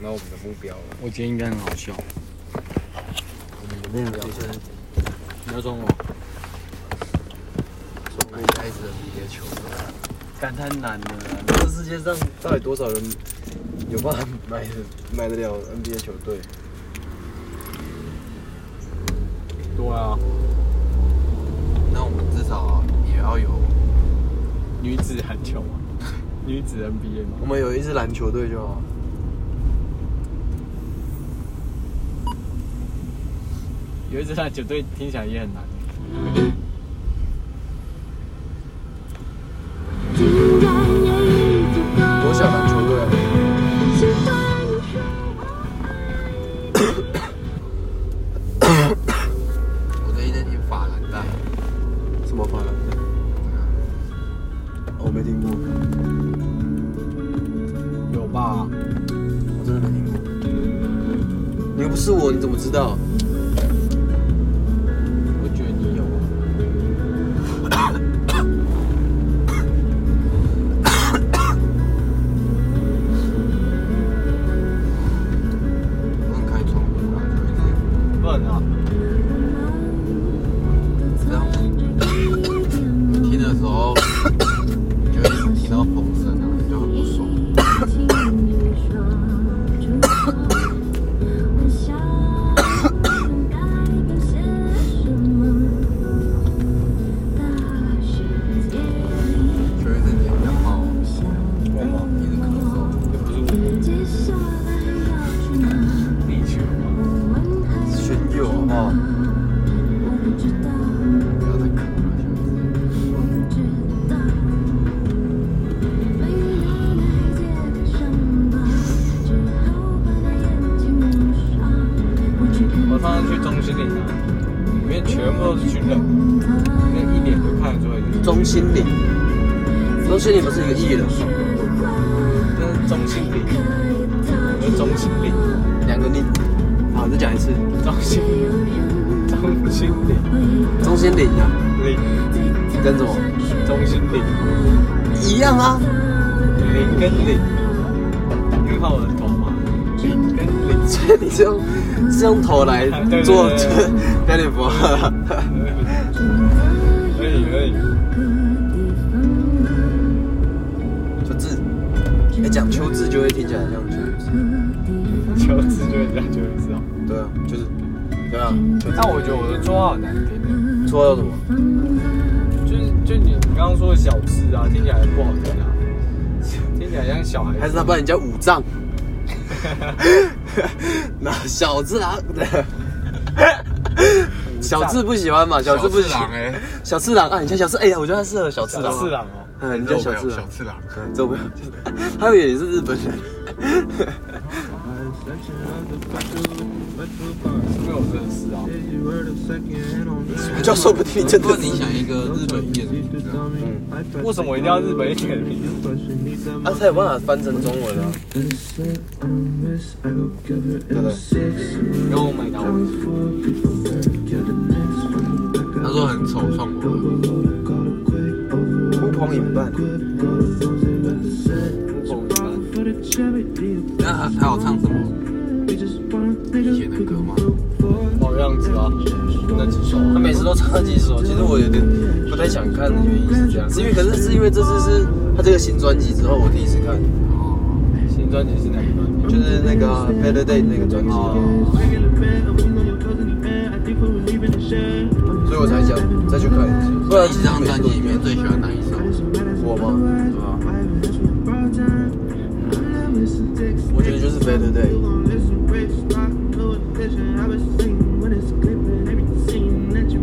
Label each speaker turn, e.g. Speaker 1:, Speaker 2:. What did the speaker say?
Speaker 1: 到我们的目标了。
Speaker 2: 我觉得应该很好笑。
Speaker 1: 我们的目标是
Speaker 2: 你要装我？
Speaker 1: 从一开始的迷野球。
Speaker 2: 干太难了啦。
Speaker 1: 这世界上到底多少人有办法买得买得了 NBA 球队？
Speaker 2: 对啊，
Speaker 1: 那我们至少也要有，
Speaker 2: 女子篮球嘛， 女子 NBA 嘛。
Speaker 1: 我们有一支篮球队就好。
Speaker 2: 有一支篮球队听起来也很难。
Speaker 1: 多小篮球队啊！我最近在听法兰黛。什么法兰黛？哦我没听过，
Speaker 2: 有吧？
Speaker 1: 我真的没听过。你又不是我，你怎么知道？
Speaker 2: 我觉得你有啊。
Speaker 1: 啊不能开窗户啊，就一直
Speaker 2: 笨啊！
Speaker 1: 这样听的时候，就一直听到风声啊，就很不爽。就一直点感冒，
Speaker 2: 为毛
Speaker 1: 一直咳嗽，
Speaker 2: 又不是我地球啊嘛？
Speaker 1: 炫耀好不好？不要再咳了，就一直。
Speaker 2: 我上次去中心岭啊，里面全部都是军人，那一脸就看得出来就是。
Speaker 1: 中心岭，中心岭不是一个亿的，
Speaker 2: 那是中心岭，我是中心岭，
Speaker 1: 两个零。好，再讲一次，
Speaker 2: 中心中心岭
Speaker 1: 中心岭啊，
Speaker 2: 岭
Speaker 1: 跟什么？
Speaker 2: 中心岭
Speaker 1: 一样啊，
Speaker 2: 岭跟岭，你看我的头 吗？岭跟岭，
Speaker 1: 所以你是用是用头来做
Speaker 2: 对对对对
Speaker 1: 标点符号。
Speaker 2: 可以可以，
Speaker 1: 秋字，哎，讲秋字就会听起来像秋字。
Speaker 2: 求字就会这样，就会知道。
Speaker 1: 对啊，就是对啊，
Speaker 2: 但我觉得我的绰号好难听。
Speaker 1: 说到什么？
Speaker 2: 就是就你你刚刚说的小智啊，听起来不好 听啊，听起来像小孩
Speaker 1: 还
Speaker 2: 子。
Speaker 1: 是他帮你叫五藏？ 那小字啊，小字不喜欢嘛？小字不喜
Speaker 3: 小次郎哎
Speaker 1: 小次郎啊，你叫小次，哎呀，我觉得他适合小次郎。
Speaker 2: 是狼哦，
Speaker 1: 嗯，你叫小次
Speaker 3: 小
Speaker 1: 郎，
Speaker 3: 次郎，
Speaker 1: 嗯，这我不要，他们也是日本人。
Speaker 2: 因为我真的是啊，
Speaker 1: 就说不定你真的
Speaker 3: 不你想一个日本一点的名字啊，
Speaker 2: 为什么我一定要日本一点的名字？
Speaker 1: 啊，才有办法翻成中文啊。对不对？
Speaker 2: 然后我买到
Speaker 3: 他说很丑，算我吧。
Speaker 1: 呼朋引伴，
Speaker 3: 那他他有唱什么以前的歌吗？
Speaker 2: 好样子啊，那几首啊
Speaker 1: 他每次都唱那几首，其实我有点不太想看的原因是这样，是因为可是是因为这次是他这个新专辑之后我第一次看，
Speaker 2: 新专辑是哪一张？
Speaker 1: 就是那个 Better Day 那个专辑。所以我才想再去看一次。不
Speaker 3: 那
Speaker 1: 然
Speaker 3: 你这张专辑里面最喜欢哪一首？
Speaker 1: 我吗？
Speaker 3: 对吧？